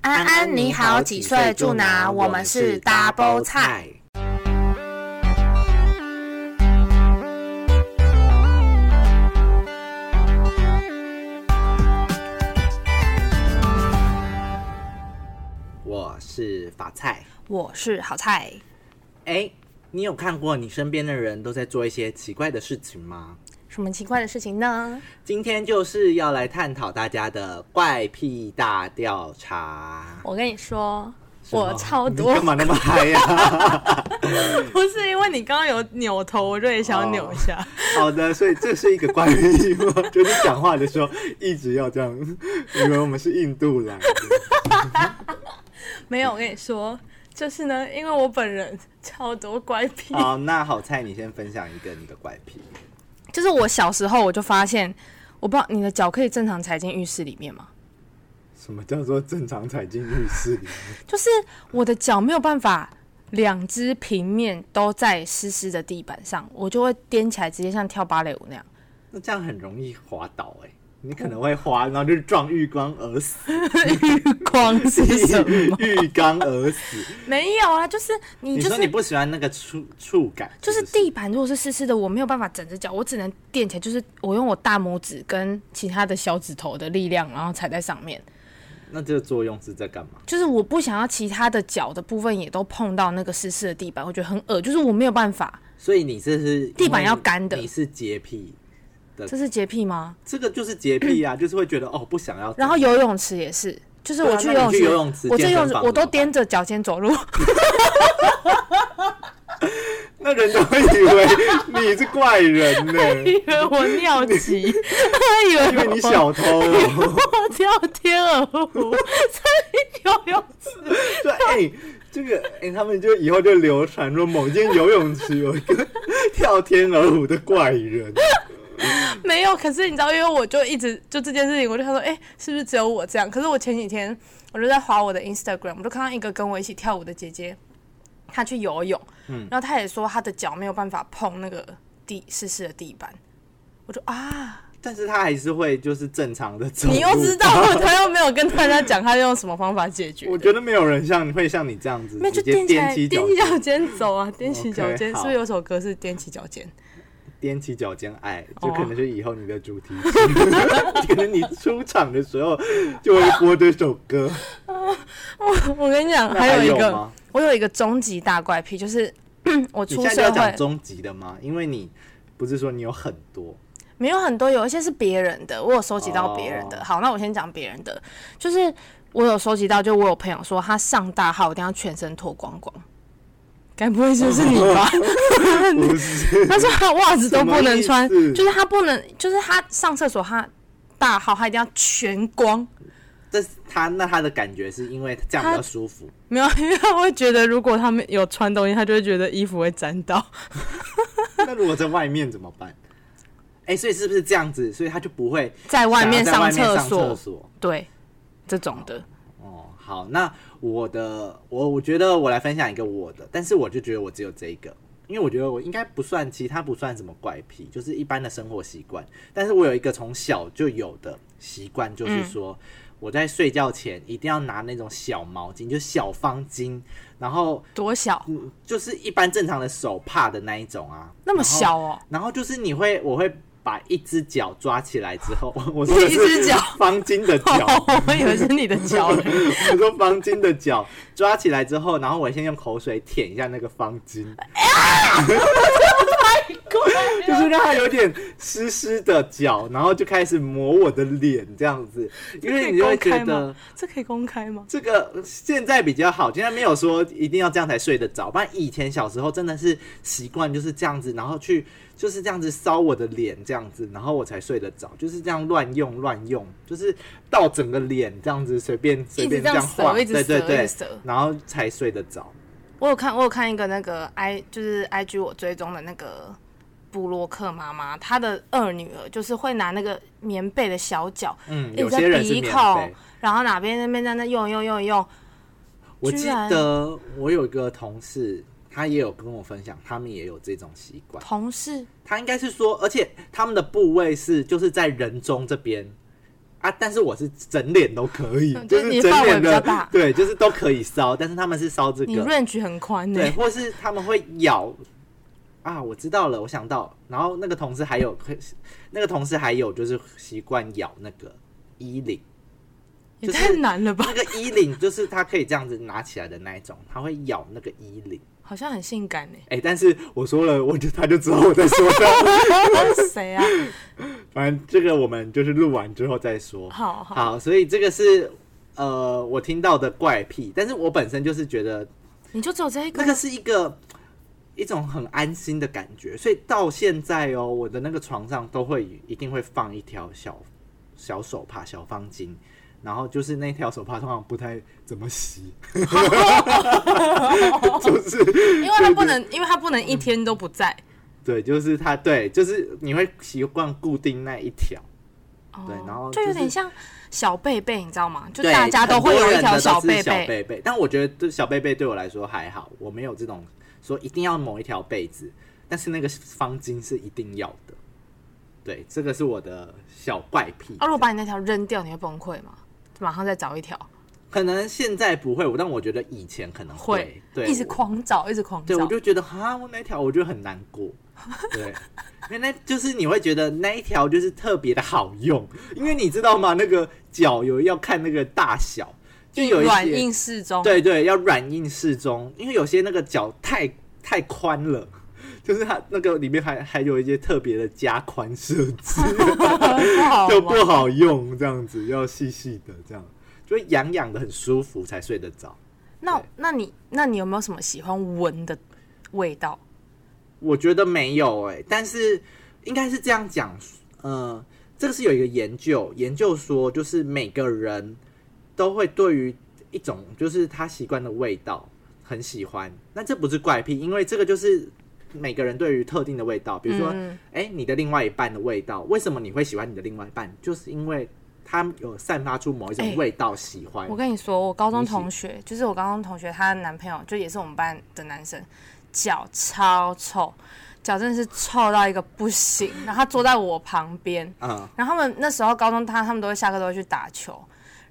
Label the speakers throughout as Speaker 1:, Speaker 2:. Speaker 1: 安安你好，几岁住哪？我们是 Double 菜。。我是法菜。
Speaker 2: 我是好菜，
Speaker 1: 哎、你有看过你身边的人都在做一些奇怪的事情吗？
Speaker 2: 什么奇怪的事情呢？
Speaker 1: 今天就是要来探讨大家的怪癖大调查。
Speaker 2: 我跟你说，
Speaker 1: 什么
Speaker 2: 我超
Speaker 1: 你
Speaker 2: 多，
Speaker 1: 干嘛那么嗨呀、
Speaker 2: 不是因为你刚刚有扭头，我就也想扭一下。
Speaker 1: 好的，所以这是一个怪癖吗？ 就是讲话的时候一直要这样，以为我们是印度来的。
Speaker 2: 没有，我跟你说，就是呢，因为我本人超多怪癖，
Speaker 1: 好，那好菜，你先分享一个你的怪癖。
Speaker 2: 就是我小时候我就发现，我不知道你的脚可以正常踩进浴室里面吗？
Speaker 1: 什么叫做正常踩进浴室 里？
Speaker 2: 就是我的脚没有办法，两只平面都在湿湿的地板上，我就会踮起来，直接像跳芭蕾舞那样。
Speaker 1: 那这样很容易滑倒哎、你可能会滑，然后就撞浴缸而 死，
Speaker 2: 浴 光是什么？
Speaker 1: 浴缸而死。
Speaker 2: 没有啊，就是你
Speaker 1: 你
Speaker 2: 就
Speaker 1: 说
Speaker 2: 是
Speaker 1: 你不喜欢那个触触感，
Speaker 2: 就是
Speaker 1: 不
Speaker 2: 地板如果是湿湿的，我没有办法整只脚，我只能垫起来，就是我用我大拇指跟其他的小指头的力量，然后踩在上面。
Speaker 1: 那这个作用是在干嘛？
Speaker 2: 就是我不想要其他的脚的部分也都碰到那个湿湿的地板，我觉得很恶，就是我没有办法。
Speaker 1: 所以你这是
Speaker 2: 地板
Speaker 1: 因为
Speaker 2: 要干的
Speaker 1: 你是洁癖，
Speaker 2: 这是洁癖吗？
Speaker 1: 这个就是洁癖啊， 就是会觉得哦不想要。
Speaker 2: 然后游泳池也是，就是我去
Speaker 1: 对
Speaker 2: 游
Speaker 1: 啊
Speaker 2: 泳
Speaker 1: 那你
Speaker 2: 池，
Speaker 1: 去游泳池
Speaker 2: 我去游泳
Speaker 1: 健身
Speaker 2: 池
Speaker 1: 房
Speaker 2: 我都
Speaker 1: 怎么办
Speaker 2: 踮着脚尖走 路，
Speaker 1: 那人都会以为你是怪人呢、
Speaker 2: 以为我尿急，以为
Speaker 1: 啊 因为你
Speaker 2: 我
Speaker 1: 小偷、 啊
Speaker 2: 我跳天鹅湖，在游泳池。
Speaker 1: 对，哎、这个哎、他们就以后就流传说某间游泳池有一个跳天鹅舞的怪人，
Speaker 2: 没有，可是你知道，因为我就一直就这件事情，我就想说，哎、是不是只有我这样？可是我前几天我就在划我的 Instagram，我就看到一个跟我一起跳舞的姐姐，她去游泳，
Speaker 1: 嗯
Speaker 2: 然后她也说她的脚没有办法碰那个地湿湿的地板。我就啊，
Speaker 1: 但是他还是会就是正常的走路。
Speaker 2: 你又知道，她又没有跟大家讲她用什么方法解决
Speaker 1: 我
Speaker 2: 的。
Speaker 1: 觉得没有人像会像你这样子
Speaker 2: 没有就
Speaker 1: 直接
Speaker 2: 踮起
Speaker 1: 踮
Speaker 2: 来，
Speaker 1: 起脚
Speaker 2: 踮起脚尖走啊，踮起
Speaker 1: OK，
Speaker 2: 脚尖，
Speaker 1: 好
Speaker 2: 是不是有首歌是踮起脚尖？
Speaker 1: 踮起脚尖爱，
Speaker 2: 哦
Speaker 1: 就可能是以后你的主题曲， 可能你出场的时候就会播这首歌。
Speaker 2: 我我跟你讲，
Speaker 1: 那
Speaker 2: 有一
Speaker 1: 有
Speaker 2: 个，
Speaker 1: 吗？
Speaker 2: 我有一个终极大怪癖，就是 我
Speaker 1: 你
Speaker 2: 出
Speaker 1: 现在就
Speaker 2: 社
Speaker 1: 要
Speaker 2: 会
Speaker 1: 讲，终极的吗？因为你不是说你有很多，
Speaker 2: 没有很多，有一些是别人的，我有收集到别人的。
Speaker 1: 哦
Speaker 2: 好，那我先讲别人的，就是我有收集到，就我有朋友说他上大号一定要全身脱光光，该不会就是你吧？
Speaker 1: 哦不是？
Speaker 2: 他说他袜子都不能穿，
Speaker 1: 什么意思
Speaker 2: 就是他不能，就是他上厕所他大号他一定要全光，
Speaker 1: 这是他那他的感觉是因为这样比较舒服。
Speaker 2: 没有， 因为他会觉得如果他们有穿东西，他就会觉得衣服会沾到。
Speaker 1: 那如果在外面怎么办？ 哎、所以是不是这样子？所以他就不会
Speaker 2: 在外面
Speaker 1: 想啊要在
Speaker 2: 上
Speaker 1: 外面
Speaker 2: 厕
Speaker 1: 上
Speaker 2: 所，
Speaker 1: 厕所。
Speaker 2: 对，这种的，
Speaker 1: 哦，好，那我的我我觉得我来分享一个我的，但是我就觉得我只有这一个，因为我觉得我应该不算，其他不算什么怪癖，就是一般的生活习惯。但是我有一个从小就有的习惯，就是
Speaker 2: 嗯
Speaker 1: 说、我在睡觉前一定要拿那种小毛巾，就小方巾，然后
Speaker 2: 多小，
Speaker 1: 嗯，就是一般正常的手帕的那一种啊，
Speaker 2: 那么
Speaker 1: 然后
Speaker 2: 小哦。
Speaker 1: 然后就是你会，我会把一只脚抓起来之后， 我说的
Speaker 2: 一
Speaker 1: 是
Speaker 2: 只脚
Speaker 1: 方巾的 脚，
Speaker 2: 哦，我以为是你的脚嘞。
Speaker 1: 我说方巾的脚抓起来之后，然后我先用口水舔一下那个方巾，
Speaker 2: 啊 Oh
Speaker 1: 就是让它有点湿湿的脚，然后就开始抹我的脸这样子，因为你就会觉得。
Speaker 2: 这可以公开吗？
Speaker 1: 这个现在比较好，现在没有说一定要这样才睡得着。不然以前小时候真的是习惯就是这样子，然后去就是这样子烧我的脸这样子，然后我才睡得着，就是这样乱用乱用，就是到整个脸这样子随便随便
Speaker 2: 一直这样
Speaker 1: 样画，
Speaker 2: 折一
Speaker 1: 对
Speaker 2: 直
Speaker 1: 对
Speaker 2: 折一
Speaker 1: 对
Speaker 2: 直折，
Speaker 1: 然后才睡得着。
Speaker 2: 我有看，我有看一个那个 i 就是 i g 我追踪的那个布洛克妈妈，她的二女儿就是会拿那个棉被的小脚，
Speaker 1: 嗯，
Speaker 2: 一
Speaker 1: 有
Speaker 2: 直在
Speaker 1: 些人是
Speaker 2: 鼻
Speaker 1: 免
Speaker 2: 孔
Speaker 1: 费。，
Speaker 2: 然后哪边那边在那用用用用，
Speaker 1: 我
Speaker 2: 居
Speaker 1: 记
Speaker 2: 然
Speaker 1: 得我有一个同事，他也有跟我分享，他们也有这种习惯。
Speaker 2: 同事
Speaker 1: 他应该是说，而且他们的部位是就是在人中这边。啊，但是我是整脸都可以，
Speaker 2: 嗯
Speaker 1: 就
Speaker 2: 就是你
Speaker 1: 是整
Speaker 2: 范围
Speaker 1: 脸
Speaker 2: 比较
Speaker 1: 的
Speaker 2: 大，
Speaker 1: 对，就是都可以烧，但是他们是烧这
Speaker 2: 你
Speaker 1: 个，
Speaker 2: range 很宽欸呢、
Speaker 1: 对，或是他们会咬啊，我知道了，我想到，然后那个同事还有，那个同事还有就是习惯咬那个衣 领，
Speaker 2: 也
Speaker 1: 就是
Speaker 2: 太难了吧？
Speaker 1: 那个衣领就是他可以这样子拿起来的那一种，他会咬那个衣领。
Speaker 2: 好像很性感呢、
Speaker 1: 哎、但是我说了，我就他就知道我在说 的。
Speaker 2: 谁啊？
Speaker 1: 反正这个我们就是录完之后再说。
Speaker 2: 好好，
Speaker 1: 好，所以这个是呃我听到的怪癖，但是我本身就是觉得
Speaker 2: 你就只有这一个
Speaker 1: 那个是一个一种很安心的感觉，所以到现在哦，我的那个床上都会一定会放一条小小手帕、小方巾，然后就是那条手帕通常不太怎么洗，就是
Speaker 2: 因为他不能，因为他不能一天都不在。
Speaker 1: 对，就是它对，就是你会习惯固定那一条，嗯对
Speaker 2: 哦
Speaker 1: 然后
Speaker 2: 就
Speaker 1: 就
Speaker 2: 有点
Speaker 1: 是
Speaker 2: 像小贝贝，你知道吗？就
Speaker 1: 对
Speaker 2: 大家都会有一条
Speaker 1: 很多人的都是
Speaker 2: 贝
Speaker 1: 小
Speaker 2: 贝。
Speaker 1: 贝贝，但我觉得对小贝贝对我来说还好，我没有这种说一定要某一条被子，但是那个方巾是一定要的。对，这个是我的小怪癖。
Speaker 2: 啊，如果把你那条扔掉，你会崩溃吗？马上再找一条，
Speaker 1: 可能现在不会，但我觉得以前可能
Speaker 2: 会
Speaker 1: 对，
Speaker 2: 一直
Speaker 1: 我
Speaker 2: 狂找，一直狂
Speaker 1: 对，我
Speaker 2: 找。
Speaker 1: 就觉得哈，我那条我就很难 过。对，因为那就是你会觉得那一条就是特别的好用，因为你知道吗？那个脚有要看那个大小，就有一
Speaker 2: 软
Speaker 1: 些
Speaker 2: 硬适中，
Speaker 1: 对对，要软硬适中，因为有些那个脚太太宽了， 就是它那个里面还还有一些特别的加宽设计，
Speaker 2: 不好啊
Speaker 1: 就
Speaker 2: 吗？
Speaker 1: 不好用，这样子要细细的这样，就会痒痒的很舒服才睡得着。
Speaker 2: 那
Speaker 1: 对
Speaker 2: 那你那你有没有什么喜欢闻的味道？
Speaker 1: 我觉得没有哎、但是应该是这样讲，呃，这个是有一个研究，研究说就是每个人都会对于一种就是他习惯的味道很喜欢，那这不是怪癖，因为这个就是每个人对于特定的味道，比如说，哎、
Speaker 2: 嗯
Speaker 1: 你的另外一半的味道，为什么你会喜欢你的另外一半？就是因为他有散发出某
Speaker 2: 哎
Speaker 1: 一种味道，喜欢。
Speaker 2: 我跟你说，我高中
Speaker 1: 你喜
Speaker 2: 同学，就是我高中同学，她的男朋友就也是我们班的男生，脚超臭，脚真的是臭到一个不行。然后他坐在我旁边，
Speaker 1: 嗯，
Speaker 2: 然后他们那时候高中他他们都会下课都会去打球，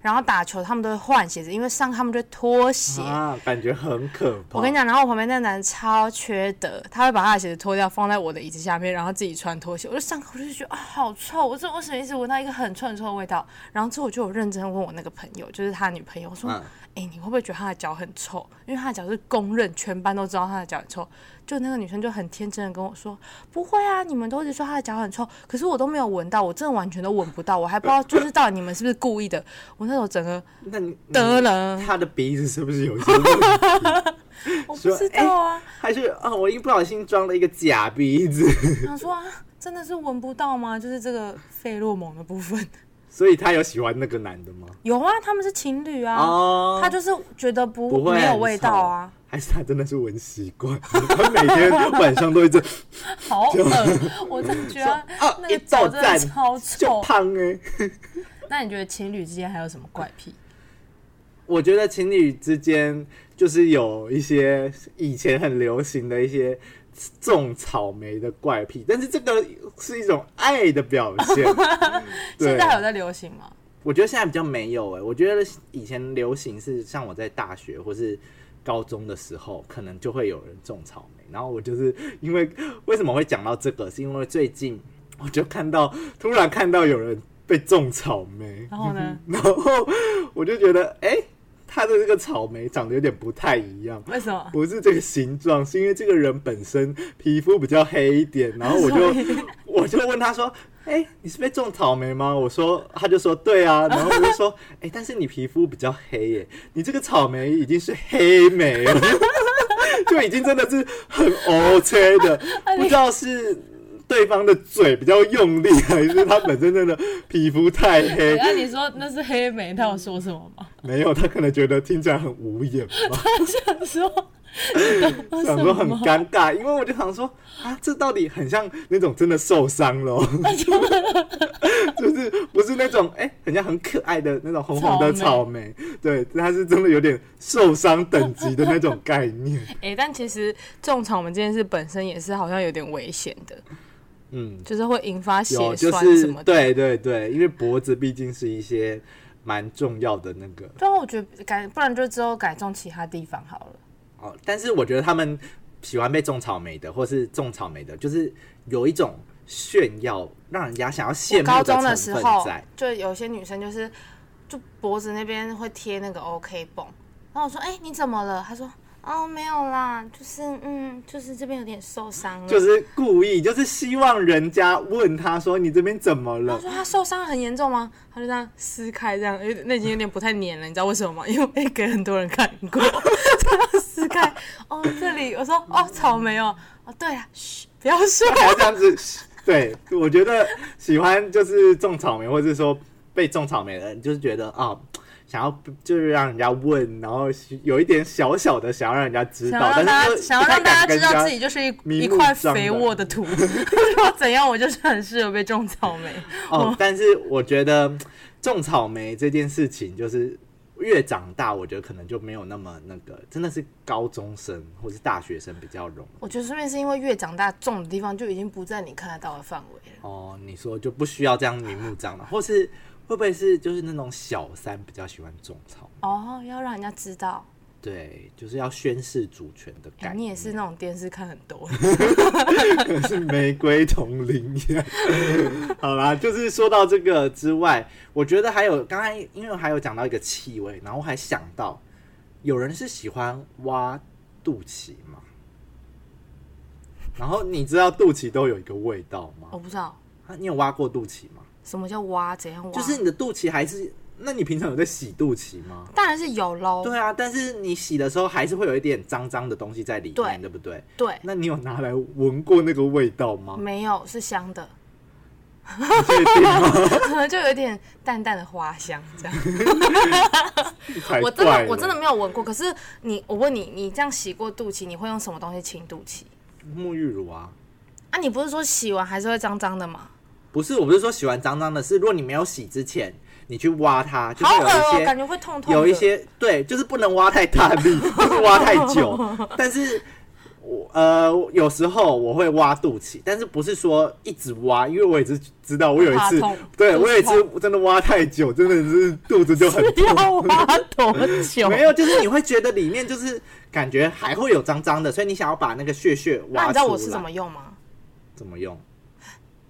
Speaker 2: 然后打球他们都会换鞋子，因为上课他们就会脱鞋。
Speaker 1: 啊，感觉很可怕。
Speaker 2: 我跟你讲，然后我旁边那个男的超缺德，他会把他的鞋子脱掉放在我的椅子下面，然后自己穿拖鞋。我就上课我就觉得啊好臭，我这为什么一直闻到一个很臭很臭的味道？然后之后我就有认真问我那个朋友，就是他女朋友，我说，哎、
Speaker 1: 嗯
Speaker 2: 你会不会觉得他的脚很臭？因为他的脚是公认，全班都知道他的脚很臭。就那个女生就很天真的跟我说，不会啊，你们都一直说他的脚很臭，可是我都没有闻到，我真的完全都闻不到，我还不知道就是到底你们是不是故意的。我那时候整个
Speaker 1: 那你
Speaker 2: 得了，
Speaker 1: 他的鼻子是不是有一 些问题？
Speaker 2: 我不
Speaker 1: 说
Speaker 2: 知道啊。
Speaker 1: 还是啊、我一不小心装了一个假鼻子，
Speaker 2: 想说啊，真的是闻不到吗？就是这个费洛蒙的部分。
Speaker 1: 所以他有喜欢那个男的吗？
Speaker 2: 有啊，他们是情侣啊，
Speaker 1: 哦
Speaker 2: 他就是觉得不
Speaker 1: 不会
Speaker 2: 没有
Speaker 1: 很
Speaker 2: 味
Speaker 1: 臭
Speaker 2: 道啊，
Speaker 1: 还是他真的是闻习惯，他每天晚 上都一直
Speaker 2: 好恶， 我真的觉得
Speaker 1: 啊
Speaker 2: 那
Speaker 1: 一
Speaker 2: 个脚
Speaker 1: 到
Speaker 2: 真的
Speaker 1: 站
Speaker 2: 超
Speaker 1: 就
Speaker 2: 臭。
Speaker 1: 胖哎、
Speaker 2: 那你觉得情侣之间还有什么怪癖？
Speaker 1: 我觉得情侣之间就是有一些以前很流行的一些种草莓的怪癖，但是这个是一种爱的表现。 对
Speaker 2: 现在还有在流行吗？
Speaker 1: 我觉得现在比较没有哎、我觉得以前流行是像我在大学或是高中的时候，可能就会有人种草莓。然后我就是因为为什么会讲到这个，是因为最近我就看到突然看到有人被种草莓，
Speaker 2: 然后呢？
Speaker 1: 然后我就觉得哎、他的这个草莓长得有点不太一样。
Speaker 2: 为什 么？
Speaker 1: 不是这个形状，是因为这个人本身皮肤比较黑一点，然后我就 我就问他说：“哎、你是被种草莓吗？”我说，他就说：“对啊。”然后我就说：“哎、但是你皮肤比较黑耶，你这个草莓已经是黑莓了， 就已经真的是很 OK 的，不知道是。”对方的嘴比较用力，还是他本身真的皮肤太黑？
Speaker 2: 那你说那是黑莓，他有说什么吗？
Speaker 1: 没有，他可能觉得听起来很无言吧。
Speaker 2: 想说
Speaker 1: 想说很尴尬，因为我就想说啊，这到底很像那种真的受伤了哦， 就是不是那种哎、很像很可爱的那种红红的
Speaker 2: 草
Speaker 1: 草莓，对，它是真的有点受伤等级的那种 概念。
Speaker 2: 哎、但其实种草莓这件事本身也是好像有点危险的，
Speaker 1: 嗯，
Speaker 2: 就是会引发血
Speaker 1: 有就
Speaker 2: 栓
Speaker 1: 是
Speaker 2: 什么的。
Speaker 1: 对对对，因为脖子毕竟是一些蛮重要的那个
Speaker 2: 对啊，我觉得改，不然就之后改种其他地方好了。
Speaker 1: 哦，但是我觉得他们喜欢被种草莓的，或是种草莓的，就是有一种炫耀，让人家想要羡
Speaker 2: 我
Speaker 1: 慕
Speaker 2: 高中的时
Speaker 1: 成
Speaker 2: 候
Speaker 1: 分在。，
Speaker 2: 就有些女生就是就脖子那边会贴那个 OK 绷，然后我说：“哎、你怎么了？”她说：“哦，没有啦，就是嗯，就是这边有点受伤了。”
Speaker 1: 就是故意，就是希望人家问他说：“你这边怎么
Speaker 2: 他
Speaker 1: 了
Speaker 2: 说他受伤很严重吗？他就这样撕开，这样有点那已经有点不太粘了，你知道为什么吗？因为被给很多人看过， 这样撕开，哦，这里我说哦草莓哦，哦对啊，嘘，不要说？”，
Speaker 1: 还要这样子，对我觉得喜欢就是种草莓，或者说被种草莓的人，就是觉得啊、想要就是让人家问，然后有一点小小的想要让人家知
Speaker 2: 想
Speaker 1: 道，
Speaker 2: 要让大
Speaker 1: 但
Speaker 2: 家
Speaker 1: 是
Speaker 2: 想要让大家知道自己
Speaker 1: 己
Speaker 2: 就是一
Speaker 1: 明
Speaker 2: 一
Speaker 1: 目
Speaker 2: 块
Speaker 1: 张
Speaker 2: 肥
Speaker 1: 胆
Speaker 2: 沃的土， 说怎样我就是很适合被种草莓。嗯
Speaker 1: 哦。但是我觉得种草莓这件事情，就是越长大，我觉得可能就没有那么那个，真的是高中生或是大学生比较容易。
Speaker 2: 我觉得顺便是因为越长大种的地方就已经不在你看得到的范围了。
Speaker 1: 哦，你说就不需要这样明目张胆，或是会不会是就是那种小三比较喜欢种草？
Speaker 2: 哦，要让人家知道，
Speaker 1: 对，就是要宣示主权的
Speaker 2: 哎
Speaker 1: 概念。
Speaker 2: 你 也是那种电视看很多。
Speaker 1: 是玫瑰同林一样。 好啦，就是说到这个之外，我觉得还有刚才因为还有讲到一个气味，然后还想到有人是喜欢挖肚脐嘛。然后你知道肚脐都有一个味道吗？
Speaker 2: 我不知道
Speaker 1: 啊你有挖过肚脐吗？
Speaker 2: 什么叫挖，怎样挖，
Speaker 1: 就是你的肚脐还是？那你平常有在洗肚脐吗？
Speaker 2: 当然是有喽。
Speaker 1: 对啊，但是你洗的时候还是会有一点脏脏的东西在里面，
Speaker 2: 对
Speaker 1: 对不对？
Speaker 2: 对，
Speaker 1: 那你有拿来闻过那个味道吗？
Speaker 2: 没有是香的，
Speaker 1: 你确定 吗？
Speaker 2: 就有点淡淡的花香这样。
Speaker 1: 才
Speaker 2: 我真
Speaker 1: 怪嘞
Speaker 2: 的我真的没有闻过，可是你我问你，你这样洗过肚脐，你会用什么东西清肚脐？
Speaker 1: 沐浴乳啊，
Speaker 2: 啊，你不是说洗完还是会脏脏的吗？
Speaker 1: 不是，我不是说喜欢脏脏的，是如果你没有洗之前，你去挖它，就
Speaker 2: 好
Speaker 1: 是
Speaker 2: 恶
Speaker 1: 有
Speaker 2: 哦、
Speaker 1: 一
Speaker 2: 感
Speaker 1: 些。
Speaker 2: 觉会痛痛的。
Speaker 1: 有一些对，就是不能挖太大力， 就是挖太 久。但是，我呃，有时候我会挖肚脐，但是不是说一直挖，因为我也是知道，我有一次
Speaker 2: 怕痛，
Speaker 1: 对
Speaker 2: 肚子
Speaker 1: 我有一次真的挖太久，真的是肚子就很痛。
Speaker 2: 要挖多久？
Speaker 1: 没有，就是你会觉得里面就是感觉还会有脏脏的，所以你想要把那个血血
Speaker 2: 那你
Speaker 1: 挖出
Speaker 2: 知
Speaker 1: 来。
Speaker 2: 道我是怎么用 吗？
Speaker 1: 怎么用？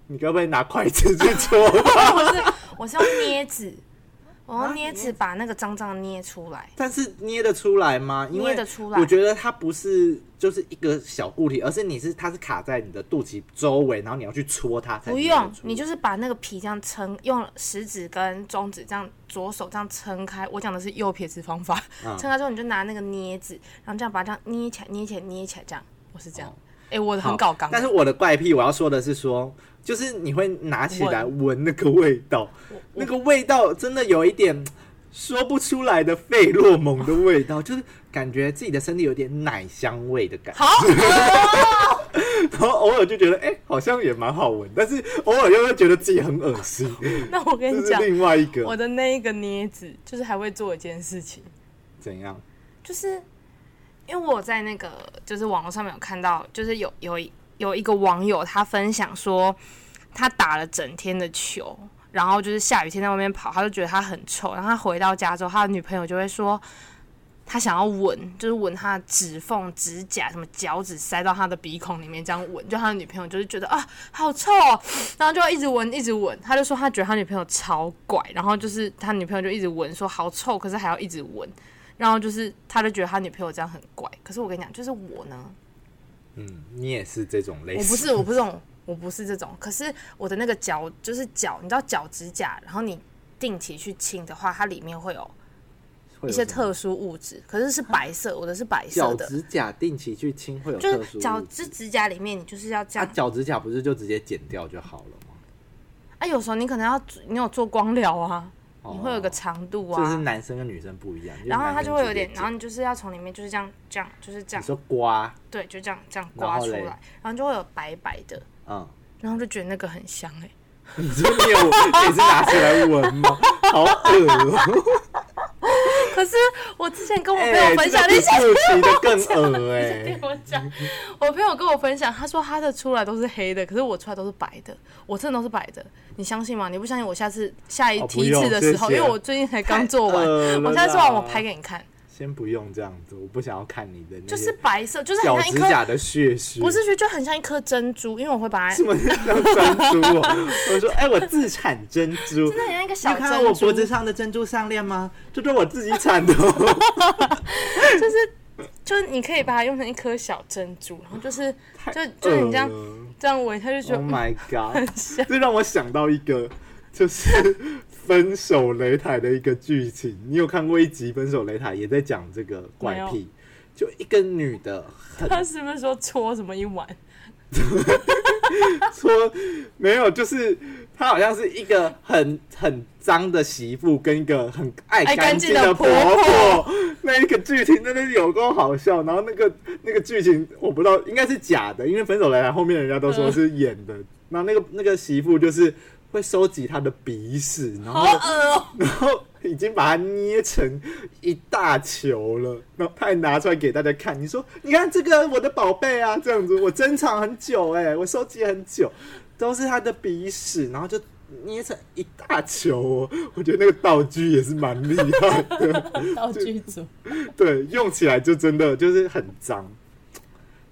Speaker 1: 你该不会拿筷子去戳吧？
Speaker 2: 我是我是用镊子，
Speaker 1: 啊
Speaker 2: 我用镊子把那个脏脏捏出来。
Speaker 1: 但是捏得出来吗？因为
Speaker 2: 捏得出来
Speaker 1: 我觉得它不是就是一个小固体，而是你是它是卡在你的肚脐周围，然后你要去戳它才
Speaker 2: 不
Speaker 1: 捏得
Speaker 2: 用，
Speaker 1: 出
Speaker 2: 你就是把那个皮这样撑，用食指跟中指这样，左手这样撑开。我讲的是右撇子方法，
Speaker 1: 嗯
Speaker 2: 撑开之后你就拿那个镊子，然后这样把它这样捏起来，捏起来，捏起来，这样。我是这样
Speaker 1: 哦，
Speaker 2: 哎、我
Speaker 1: 好
Speaker 2: 很搞刚，
Speaker 1: 但是我的怪癖，我要说的是说，就是你会拿起来闻那个味道，那个味道真的有一点。说不出来的费洛蒙的味道，就是感觉自己的身体有点奶香味的感觉。
Speaker 2: 好
Speaker 1: 然后偶尔就觉得，哎、好像也蛮好闻，但是偶尔又会觉得自己很恶心，
Speaker 2: 那我跟
Speaker 1: 这
Speaker 2: 你
Speaker 1: 是
Speaker 2: 讲，
Speaker 1: 另外一
Speaker 2: 我
Speaker 1: 个
Speaker 2: 的那一个镊子，就是还会做一件事情，
Speaker 1: 怎样？
Speaker 2: 就是因为我在那个就是网络上面有看到，就是有有一有一个网友他分享说，他打了整天的球，然后就是下雨天在外面跑，他就觉得他很臭，然后他回到家之后，他的女朋友就会说。他想要闻，就是闻他的指缝、指甲、什么脚趾塞到他的鼻孔里面，这样闻。就他的女朋友就是觉得啊，好臭、哦，然后就一直闻，一直闻。他就说他觉得他女朋友超怪，然后就是他女朋友就一直闻，说好臭，可是还要一直闻。然后就是他就觉得他女朋友这样很怪。可是我跟你讲，就是我呢，
Speaker 1: 嗯，你也是这种类
Speaker 2: 我
Speaker 1: 型，
Speaker 2: 不是我不是这种，我不是这种。可是我的那个脚就是脚，你知道脚指甲，然后你定期去清的话，它里面会有
Speaker 1: 会有
Speaker 2: 一些
Speaker 1: 什么
Speaker 2: 特殊物质，可是是白色，我的是白色
Speaker 1: 脚
Speaker 2: 的，
Speaker 1: 指甲定期去清会有
Speaker 2: 就
Speaker 1: 特
Speaker 2: 是
Speaker 1: 殊
Speaker 2: 脚
Speaker 1: 物质
Speaker 2: 指指甲里面你就是要这
Speaker 1: 啊，
Speaker 2: 样。
Speaker 1: 脚指甲不是就直接剪掉就好了吗？
Speaker 2: 啊，有时候你可能要你有做光疗啊，你会有个
Speaker 1: 哦
Speaker 2: 长度
Speaker 1: 这是
Speaker 2: 啊。
Speaker 1: 男生跟女生不一样，
Speaker 2: 然后它
Speaker 1: 他
Speaker 2: 就会有点，然后你就是要从里面就是这样这样就是这
Speaker 1: 你
Speaker 2: 样，
Speaker 1: 说刮，
Speaker 2: 对，就这样这样
Speaker 1: 然
Speaker 2: 刮
Speaker 1: 后
Speaker 2: 出
Speaker 1: 嘞
Speaker 2: 来，然后就会有白白的，
Speaker 1: 嗯，
Speaker 2: 然后就觉得那个很香哎、
Speaker 1: 你说你有也是拿起来闻吗？好恶哦、
Speaker 2: 可是我之前跟我
Speaker 1: 哎
Speaker 2: 朋友分享那些，
Speaker 1: 这个比肚脐的更恶哎、
Speaker 2: 听我讲，我朋友跟我分享，他说他的出来都是黑的，可是我出来都是白的，我真的都是白的，你相信吗？你不相信？我下次下一
Speaker 1: 哦不
Speaker 2: 梯
Speaker 1: 用
Speaker 2: 次的时候，
Speaker 1: 谢谢
Speaker 2: 因为我最近才刚做
Speaker 1: 太恶
Speaker 2: 完，
Speaker 1: 了
Speaker 2: 我下次做完
Speaker 1: 啦
Speaker 2: 我拍给你看，
Speaker 1: 先不用这样子，我不想要看你的那
Speaker 2: 就是
Speaker 1: 些
Speaker 2: 白色，就是很
Speaker 1: 脚
Speaker 2: 像一
Speaker 1: 指
Speaker 2: 颗
Speaker 1: 甲的血丝，
Speaker 2: 不是就就很像一颗珍珠，因为我会把它
Speaker 1: 什，么像珍珠、哦？我 说，哎、我自产珍珠，
Speaker 2: 真的很像一个
Speaker 1: 你
Speaker 2: 小
Speaker 1: 有看到
Speaker 2: 珍
Speaker 1: 我脖子
Speaker 2: 珠，
Speaker 1: 上的珍珠项链吗？这都是我自己 产的哦，
Speaker 2: 就是你可以把它用成一颗小珍珠，然后就是就
Speaker 1: 太
Speaker 2: 就是
Speaker 1: 恶
Speaker 2: 你这样
Speaker 1: 了
Speaker 2: 这样闻，它就觉得
Speaker 1: 嗯 Oh
Speaker 2: 嗯
Speaker 1: my
Speaker 2: 很
Speaker 1: god！
Speaker 2: 香。
Speaker 1: 这让我想到一个，就是分手擂台的一个剧情。你有看过一集《分手擂台》，也在讲这个怪
Speaker 2: 没
Speaker 1: 癖，就一个女的 很
Speaker 2: 他是不是说搓什么一碗？
Speaker 1: 说没有，就是她好像是一个很很脏的媳妇，跟一个很爱
Speaker 2: 爱干
Speaker 1: 干
Speaker 2: 净
Speaker 1: 净
Speaker 2: 的
Speaker 1: 的
Speaker 2: 婆
Speaker 1: 婆
Speaker 2: 婆
Speaker 1: 婆。那一个剧情真的是有够好笑，然后那个那个剧情我不知道应该是假的，因为分手擂台后面人家都
Speaker 2: 嗯
Speaker 1: 说是演的。然后那个那个媳妇就是会收集她的鼻屎，然
Speaker 2: 好
Speaker 1: 后
Speaker 2: 恶哦、
Speaker 1: 然后已经把它捏成一大球了，然后他还拿出来给大家看。你说，你看这个我的宝贝啊，这样子，我珍藏很久哎、我收集很久，都是他的鼻屎，然后就捏成一大球哦。我觉得那个道具也是蛮厉害的，
Speaker 2: 道具组
Speaker 1: 对，用起来就真的就是很脏。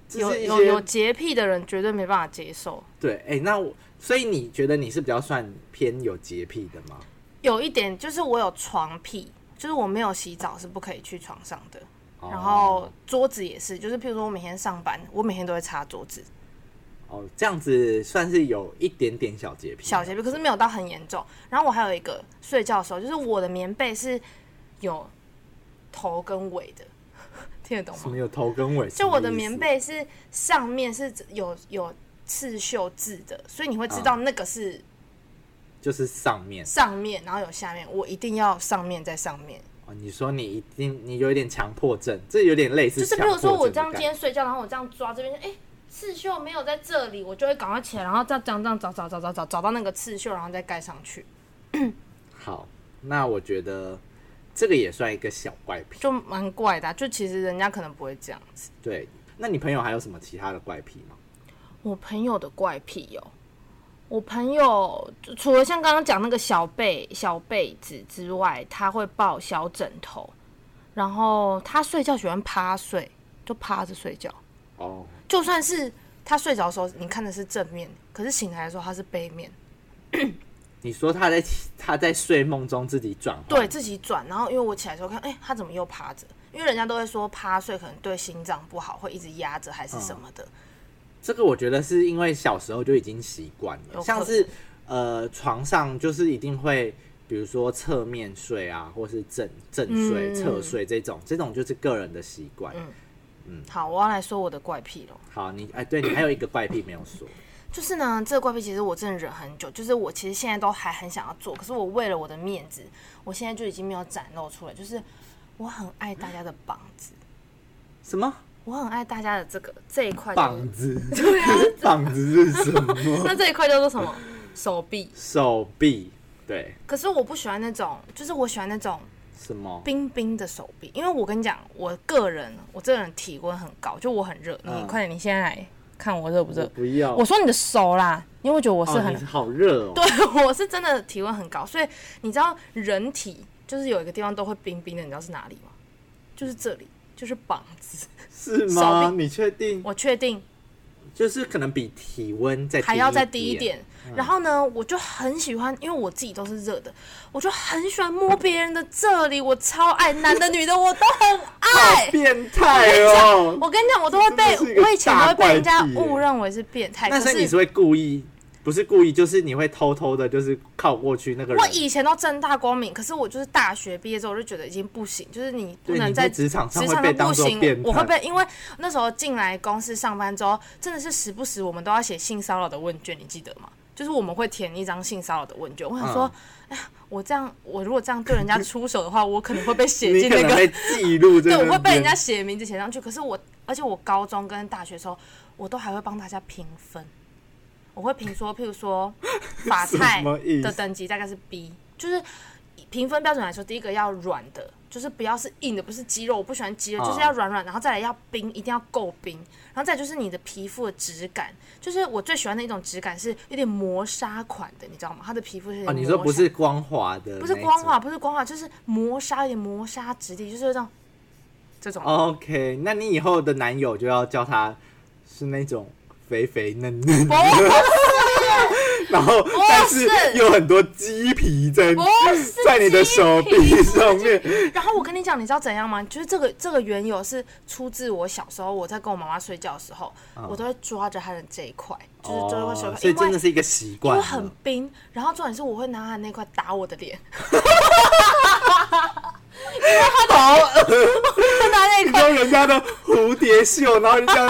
Speaker 1: 这
Speaker 2: 有
Speaker 1: 是一
Speaker 2: 有有
Speaker 1: 些
Speaker 2: 洁癖的人绝对没办法接受，
Speaker 1: 对，哎、那我所以你觉得你是比较算偏有洁癖的吗？
Speaker 2: 有一点就是我有床癖，就是我没有洗澡是不可以去床上的。
Speaker 1: 哦
Speaker 2: 然后桌子也是，就是譬如说我每天上班，我每天都会擦桌子，
Speaker 1: 哦，这样子算是有一点点小洁癖吗，
Speaker 2: 小洁癖，可是没有到很严重。然后我还有一个睡觉的时候，就是我的棉被是有头跟尾的， 听得懂
Speaker 1: 什
Speaker 2: 吗？
Speaker 1: 么有头跟尾？
Speaker 2: 就我的
Speaker 1: 什么意思
Speaker 2: 棉，被是上面是有有刺绣字的，所以你会知
Speaker 1: 啊
Speaker 2: 道那个是
Speaker 1: 就是上面
Speaker 2: 上面，然后有下面，我一定要上面在上面。
Speaker 1: 哦。你说你一定你有一点强迫症，这有点类似
Speaker 2: 就是比
Speaker 1: 强迫
Speaker 2: 如
Speaker 1: 症的
Speaker 2: 说
Speaker 1: 感觉。
Speaker 2: 我这样今天睡觉，然后我这样抓这边，哎、刺绣没有在这里，我就会赶快起来，然后再这样这样找找找找找找到那个刺绣，然后再盖上去，
Speaker 1: 好，那我觉得这个也算一个小怪癖。
Speaker 2: 就蛮怪的啊、就其实人家可能不会这样子。
Speaker 1: 对，那你朋友还有什么其他的怪癖吗？
Speaker 2: 我朋友的怪癖哦，我朋友就除了像刚刚讲那个小被小被子之外，他会抱小枕头，然后他睡觉喜欢趴睡，就趴着睡觉。
Speaker 1: 哦，
Speaker 2: 就算是他睡着的时候，你看的是正面，可是醒来的时候他是背面，
Speaker 1: 你说他在他在睡梦中自己转换，
Speaker 2: 对自己转。然后因为我起来的时候看，哎、他怎么又趴着？因为人家都会说趴睡可能对心脏不好，会一直压着还是
Speaker 1: 嗯
Speaker 2: 什么的。
Speaker 1: 这个我觉得是因为小时候就已经习惯
Speaker 2: 有可能
Speaker 1: 了，像是呃床上就是一定会，比如说侧面睡啊，或是正正睡、
Speaker 2: 嗯
Speaker 1: 侧睡这种，这种就是个人的习惯。嗯
Speaker 2: 好，我要来说我的怪癖了。
Speaker 1: 好，你哎，对你还有一个怪癖没有 说，
Speaker 2: 就是呢，这个怪癖其实我真的忍很久，就是我其实现在都还很想要做，可是我为了我的面子，我现在就已经没有展露出来。就是我很爱大家的膀子，
Speaker 1: 什么
Speaker 2: 我很爱大家的这个这一块、就是
Speaker 1: 膀子？对 啊，膀子是什么？
Speaker 2: 那这一块叫做什么？手臂。
Speaker 1: 手臂，对，
Speaker 2: 可是我不喜欢那种，就是我喜欢那种
Speaker 1: 什么？
Speaker 2: 冰冰的手臂，因为我跟你讲，我个人我这个人体温很高，就我很热。你、
Speaker 1: 嗯
Speaker 2: 快点，你现在来看我热不热
Speaker 1: 我？不要，
Speaker 2: 我说你的手啦，因为我觉得我是
Speaker 1: 哦，
Speaker 2: 很、
Speaker 1: 你好热哦。
Speaker 2: 对，我是真的体温很高，所以你知道人体就是有一个地方都会冰冰的，你知道是哪里吗？就是这里，就是膀子。
Speaker 1: 是
Speaker 2: 手
Speaker 1: 吗？
Speaker 2: 臂
Speaker 1: 你确定？
Speaker 2: 我确定
Speaker 1: 就是可能比体温再
Speaker 2: 还要再低一
Speaker 1: 一点。
Speaker 2: 点。然后呢，我就很喜欢，因为我自己都是热的，我就很喜欢摸别人的这里，我超爱，男的女的我都很爱。
Speaker 1: 变态哦！
Speaker 2: 我跟你讲，我都会被
Speaker 1: 这是一个
Speaker 2: 我以前都会被人家
Speaker 1: 大怪癖耶
Speaker 2: 误认为是变态，
Speaker 1: 那
Speaker 2: 可
Speaker 1: 所以你是
Speaker 2: 是
Speaker 1: 会故意，不是故意，就是你会偷偷的，就是靠过去那个人。
Speaker 2: 我以前都正大光明，可是我就是大学毕业之后我就觉得已经不行，就是你不
Speaker 1: 对
Speaker 2: 能
Speaker 1: 你
Speaker 2: 在
Speaker 1: 在职场上
Speaker 2: 职
Speaker 1: 会
Speaker 2: 场
Speaker 1: 被
Speaker 2: 上不
Speaker 1: 当作
Speaker 2: 行
Speaker 1: 变，态
Speaker 2: 我会被，因为那时候进来公司上班之后，真的是时不时我们都要写性骚扰的问卷，你记得吗？就是我们会填一张性骚扰的问卷，我想
Speaker 1: 嗯
Speaker 2: 说，哎、呀，我这样，我如果这样对人家出手的话，我可能会被写
Speaker 1: 你
Speaker 2: 进
Speaker 1: 可
Speaker 2: 那
Speaker 1: 能
Speaker 2: 个
Speaker 1: 会记录这
Speaker 2: 对，
Speaker 1: 个。
Speaker 2: 我会被人家写名字写上去。可是我，而且我高中跟大学的时候，我都还会帮大家评分。我会评说，譬如说法
Speaker 1: 什
Speaker 2: 泰
Speaker 1: 么意思
Speaker 2: 的等级大概是 B，就是评分标准来说，第一个要软的，就是不要是硬的，不是肌肉，我不喜欢
Speaker 1: 啊
Speaker 2: 肌肉，就是要软软，然后再来要冰，一定要够冰，然后再来就是你的皮肤的质感，就是我最喜欢的一种质感是有点磨砂款的，你知道吗？它的皮肤是有点
Speaker 1: 哦，你
Speaker 2: 磨
Speaker 1: 说不
Speaker 2: 砂
Speaker 1: 是光滑的，
Speaker 2: 不是光滑，。不是光滑，就是磨砂，有点磨砂质地，就是这种这种。
Speaker 1: 哦 OK，那你以后的男友就要叫他是那种肥肥嫩嫩，
Speaker 2: 不是
Speaker 1: 然后但是
Speaker 2: 是
Speaker 1: 有很多鸡皮在
Speaker 2: 不是
Speaker 1: 在你的手臂上面。
Speaker 2: 然后我跟你讲，你知道怎样吗？就是这个这个缘由是出自我小时候，我在跟我妈妈睡觉的时候，我都会抓着她的这一块，就是抓着她手
Speaker 1: 嗯哦
Speaker 2: 块，，
Speaker 1: 所以
Speaker 2: 因为
Speaker 1: 真的是一个习
Speaker 2: 因
Speaker 1: 惯
Speaker 2: 为
Speaker 1: 啊了。
Speaker 2: 很冰，然后重点是我会拿他的那块打我的脸， 因为他的拿那一
Speaker 1: 你
Speaker 2: 块，
Speaker 1: 说人家的蝴蝶袖，然后人家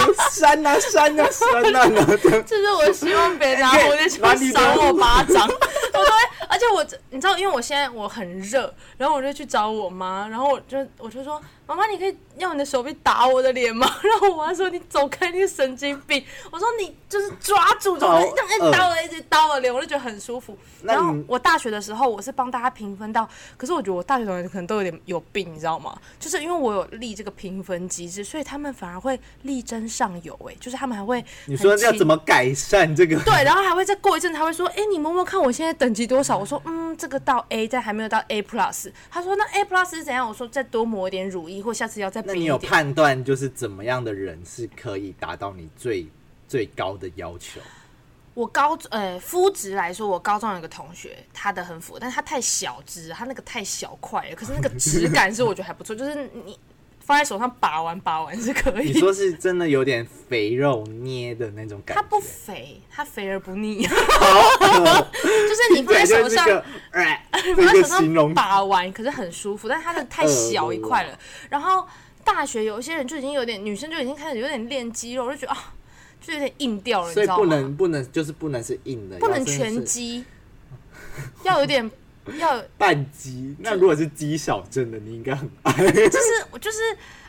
Speaker 1: 扇呐扇呐扇啊呐的，
Speaker 2: 就是我希望别人拿我的手
Speaker 1: 把哎你的
Speaker 2: 赏我巴掌， 我都会，而且我你知道，因为我现在我很热，然后我就去找我妈，然后我就我就说妈妈，你可以用你的手臂打我的脸吗？ 然后我妈说你走开，你神经病！ 我说你就是抓住，就
Speaker 1: 好
Speaker 2: 是这样
Speaker 1: 恶
Speaker 2: 一打我，一直打我的脸，我就觉得很舒服。
Speaker 1: 那
Speaker 2: 然后
Speaker 1: 你
Speaker 2: 我大学的时候，我是帮大家评分到，可是我觉得我大学同学可能都有点有病，你知道吗？就是因为我有立这个评分机制，所以他们反而会力争上游、欸，就是他们还会
Speaker 1: 你说
Speaker 2: 很
Speaker 1: 要
Speaker 2: 勤
Speaker 1: 怎么改善这个？
Speaker 2: 对，然后还会再过一阵，他会说：“哎、你摸摸看我现在等级多少？”我说：“嗯，这个到 A，但还没有到 A plus。”他说：“那 A plus 是怎样？”我说：“再多抹一点乳液，或下次要再
Speaker 1: 那
Speaker 2: 冰
Speaker 1: 你
Speaker 2: 一
Speaker 1: 有
Speaker 2: 点。
Speaker 1: 判断就是怎么样的人是可以达到你最最高的要求？”
Speaker 2: 我高呃肤质来说，我高中有一个同学，他的很符合，但是他太小只，他那个太小块了，可是那个质感是我觉得还不 错，就是你放在手上把玩把玩是可
Speaker 1: 你
Speaker 2: 以。
Speaker 1: 说是真的有点肥肉捏的那种感
Speaker 2: 他
Speaker 1: 觉，
Speaker 2: 不肥，他肥而不 腻，就是你放在
Speaker 1: 哦对，
Speaker 2: 手
Speaker 1: 就是
Speaker 2: 上
Speaker 1: 这，个，哎， 这
Speaker 2: 我在
Speaker 1: 个
Speaker 2: 手
Speaker 1: 形容
Speaker 2: 上
Speaker 1: 嗯
Speaker 2: 把玩，可是很舒服，但是它的太小一块了。然后大学有一些人就已经有点，女生就已经开始有点练肌肉，我就觉得啊，就有点硬掉了，你
Speaker 1: 所
Speaker 2: 知
Speaker 1: 以
Speaker 2: 道吗？
Speaker 1: 不能不能就是不能是硬的，
Speaker 2: 不能
Speaker 1: 要真的是
Speaker 2: 全 肌，要有点要，
Speaker 1: 半鸡。那如果是鸡小镇的，你应该很爱。
Speaker 2: 就是我就是，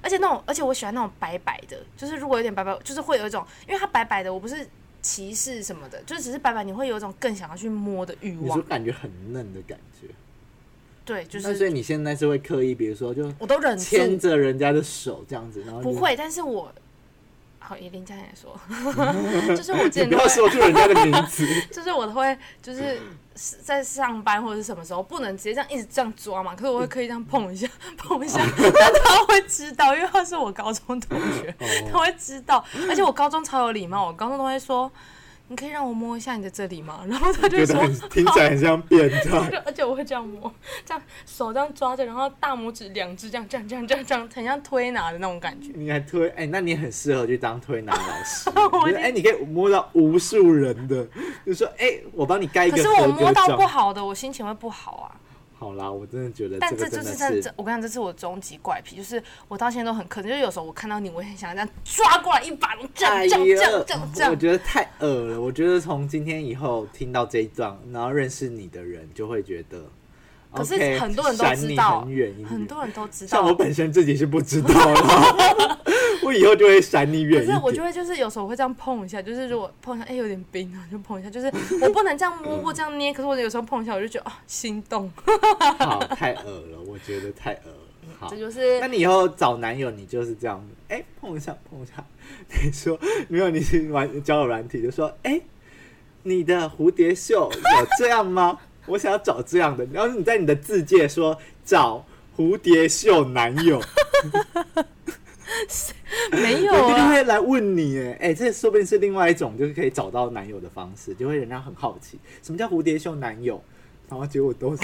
Speaker 2: 而且那种，而且我喜欢那种白白的，就是如果有点白白，就是会有一种，因为它白白的，我不是歧视什么的，就只是白白，你会有一种更想要去摸的欲
Speaker 1: 你说
Speaker 2: 望。
Speaker 1: 感觉很嫩的感觉，
Speaker 2: 对，就
Speaker 1: 那所以
Speaker 2: 是
Speaker 1: 你现在是会刻意，比如说就
Speaker 2: 我都忍
Speaker 1: 牵
Speaker 2: 住，
Speaker 1: 着人家的手这样子，然后就
Speaker 2: 不。会，但是我。好，以林佳妍 说，就是我之
Speaker 1: 你
Speaker 2: 前
Speaker 1: 不
Speaker 2: 都
Speaker 1: 要
Speaker 2: 会
Speaker 1: 说出人家的名字，
Speaker 2: 就是我会就是是在上班或者是什么时候不能直接这样一直这样抓嘛，可是我
Speaker 1: 嗯
Speaker 2: 会刻意这样碰 一下碰一下，但他会知道，因为他是我高中
Speaker 1: 哦
Speaker 2: 同学，他会知道， 而且我高中超有礼貌，我高中都会说。你可以让我摸一下你的这里吗？然后 他就
Speaker 1: 觉
Speaker 2: 会
Speaker 1: 得
Speaker 2: 说
Speaker 1: 很听起来很像变态。
Speaker 2: 就而且我会这样摸，这样手这样抓着，然后大拇指两只这样这样这样这样这样，很像推拿的那种感觉。
Speaker 1: 你还推哎、那你很适合去当推拿老师。
Speaker 2: 我
Speaker 1: 就
Speaker 2: 已
Speaker 1: 是
Speaker 2: 经
Speaker 1: 哎、你可以摸到无数人的，就说哎、我帮你盖一
Speaker 2: 可
Speaker 1: 个
Speaker 2: 是我
Speaker 1: 合
Speaker 2: 摸
Speaker 1: 格
Speaker 2: 到不
Speaker 1: 照。
Speaker 2: 好的，我心情会不好啊。
Speaker 1: 好啦，我真的觉得
Speaker 2: 但
Speaker 1: 这
Speaker 2: 这就
Speaker 1: 个真
Speaker 2: 是
Speaker 1: 的
Speaker 2: 真
Speaker 1: 是
Speaker 2: 这，我跟你讲，这是我终极怪癖，就是我到现在都很克制。就是有时候我看到你，我也很想这样抓过来一把，这样这样这样这样这
Speaker 1: 哎我
Speaker 2: 样。
Speaker 1: 觉得太恶了。我觉得从今天以后听到这一段，然后认识你的人就会觉得，
Speaker 2: 可是
Speaker 1: OK，
Speaker 2: 很多人都
Speaker 1: 闪
Speaker 2: 知
Speaker 1: 你
Speaker 2: 道
Speaker 1: 很远一点，
Speaker 2: 很多人都知
Speaker 1: 像我
Speaker 2: 道，
Speaker 1: 本身自己是不知道 啦，我以后就会闪你远
Speaker 2: 可
Speaker 1: 一
Speaker 2: 是
Speaker 1: 点。
Speaker 2: 我就会就是有时候我会这样碰一下，就是如果碰一下，哎、有点冰，然后就碰一下，就是我不能这样 摸或这样捏，可是我有时候碰一下，我就觉得啊，心动。
Speaker 1: 好，太恶了，我觉得太恶了。好
Speaker 2: 这，就是
Speaker 1: 那你以后找男友，你就是这样，哎、碰一下，碰一下。你说没有？你是玩交友软体，就说，哎、你的蝴蝶袖有这样吗？ 我想要找这样的。然后你在你的字界说找蝴蝶袖男 友，
Speaker 2: 没有
Speaker 1: 我一定
Speaker 2: 啊，
Speaker 1: 会来问你哎，哎、这说不定是另外一种就是可以找到男友的方式，就会人家很好奇什么叫蝴蝶袖男友，然后结果 都是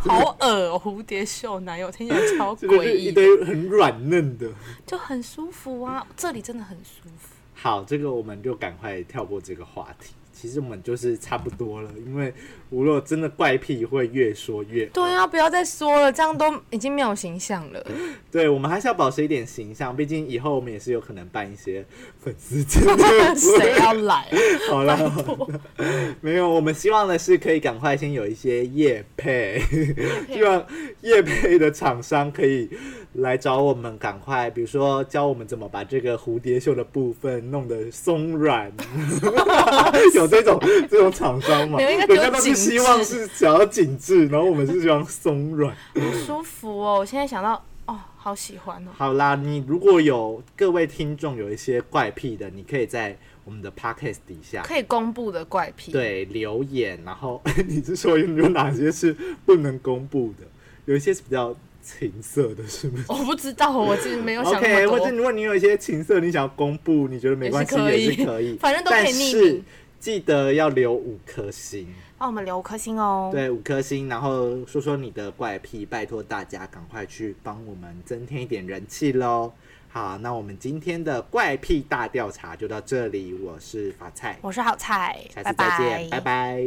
Speaker 2: 好恶、哦，蝴蝶袖男友听起来超
Speaker 1: 这个
Speaker 2: 诡
Speaker 1: 是一
Speaker 2: 异，
Speaker 1: 堆很软嫩的。
Speaker 2: 就很舒服啊，这里真的很舒服。
Speaker 1: 好，这个我们就赶快跳过这个话题。其实我们就是差不多了，因为无论真的怪癖会越说越恶
Speaker 2: 对啊，不要再说了，这样都已经没有形象 了。
Speaker 1: 对，我们还是要保持一点形象，毕竟以后我们也是有可能办一些粉丝见面
Speaker 2: 谁要来 啊？
Speaker 1: 会。好了， 没有，我们希望的是可以赶快先有一些业配，希望业配的厂商可以来找我们，赶快，比如 说教我们怎么把这个蝴蝶袖的部分弄得松软，有这种这种厂商嘛？
Speaker 2: 没有应该只
Speaker 1: 人
Speaker 2: 有
Speaker 1: 家都是
Speaker 2: 紧
Speaker 1: 希望
Speaker 2: 致
Speaker 1: 是想要紧致，然后我们是希望松软。
Speaker 2: 好舒服哦！我现在想到，哦，好喜欢哦。
Speaker 1: 好啦，你如果有各位听众有一些怪癖的，你可以在我们的 podcast 底下
Speaker 2: 可以公布的怪癖，，
Speaker 1: 对留言，然后 你是说有哪些是不能公布的？有一些是比较情色的，是不是
Speaker 2: 我不知道，我其实没有想那
Speaker 1: OK，
Speaker 2: 么
Speaker 1: 或
Speaker 2: 多
Speaker 1: 者如果你有一些情色，你想要公布，你觉得没关系
Speaker 2: 也
Speaker 1: 也
Speaker 2: 是可以
Speaker 1: 是可以，
Speaker 2: 反正都可以
Speaker 1: 但
Speaker 2: 匿
Speaker 1: 是
Speaker 2: 名
Speaker 1: 记得要留五颗星，
Speaker 2: 帮我们留颗星哦。
Speaker 1: 对，五颗星，然后说说你的怪癖，拜托大家赶快去帮我们增添一点人气喽。好，那我们今天的怪癖大调查就到这里，我是法菜，
Speaker 2: 我是好菜，
Speaker 1: 下
Speaker 2: 拜
Speaker 1: 次再
Speaker 2: 拜
Speaker 1: 见，拜拜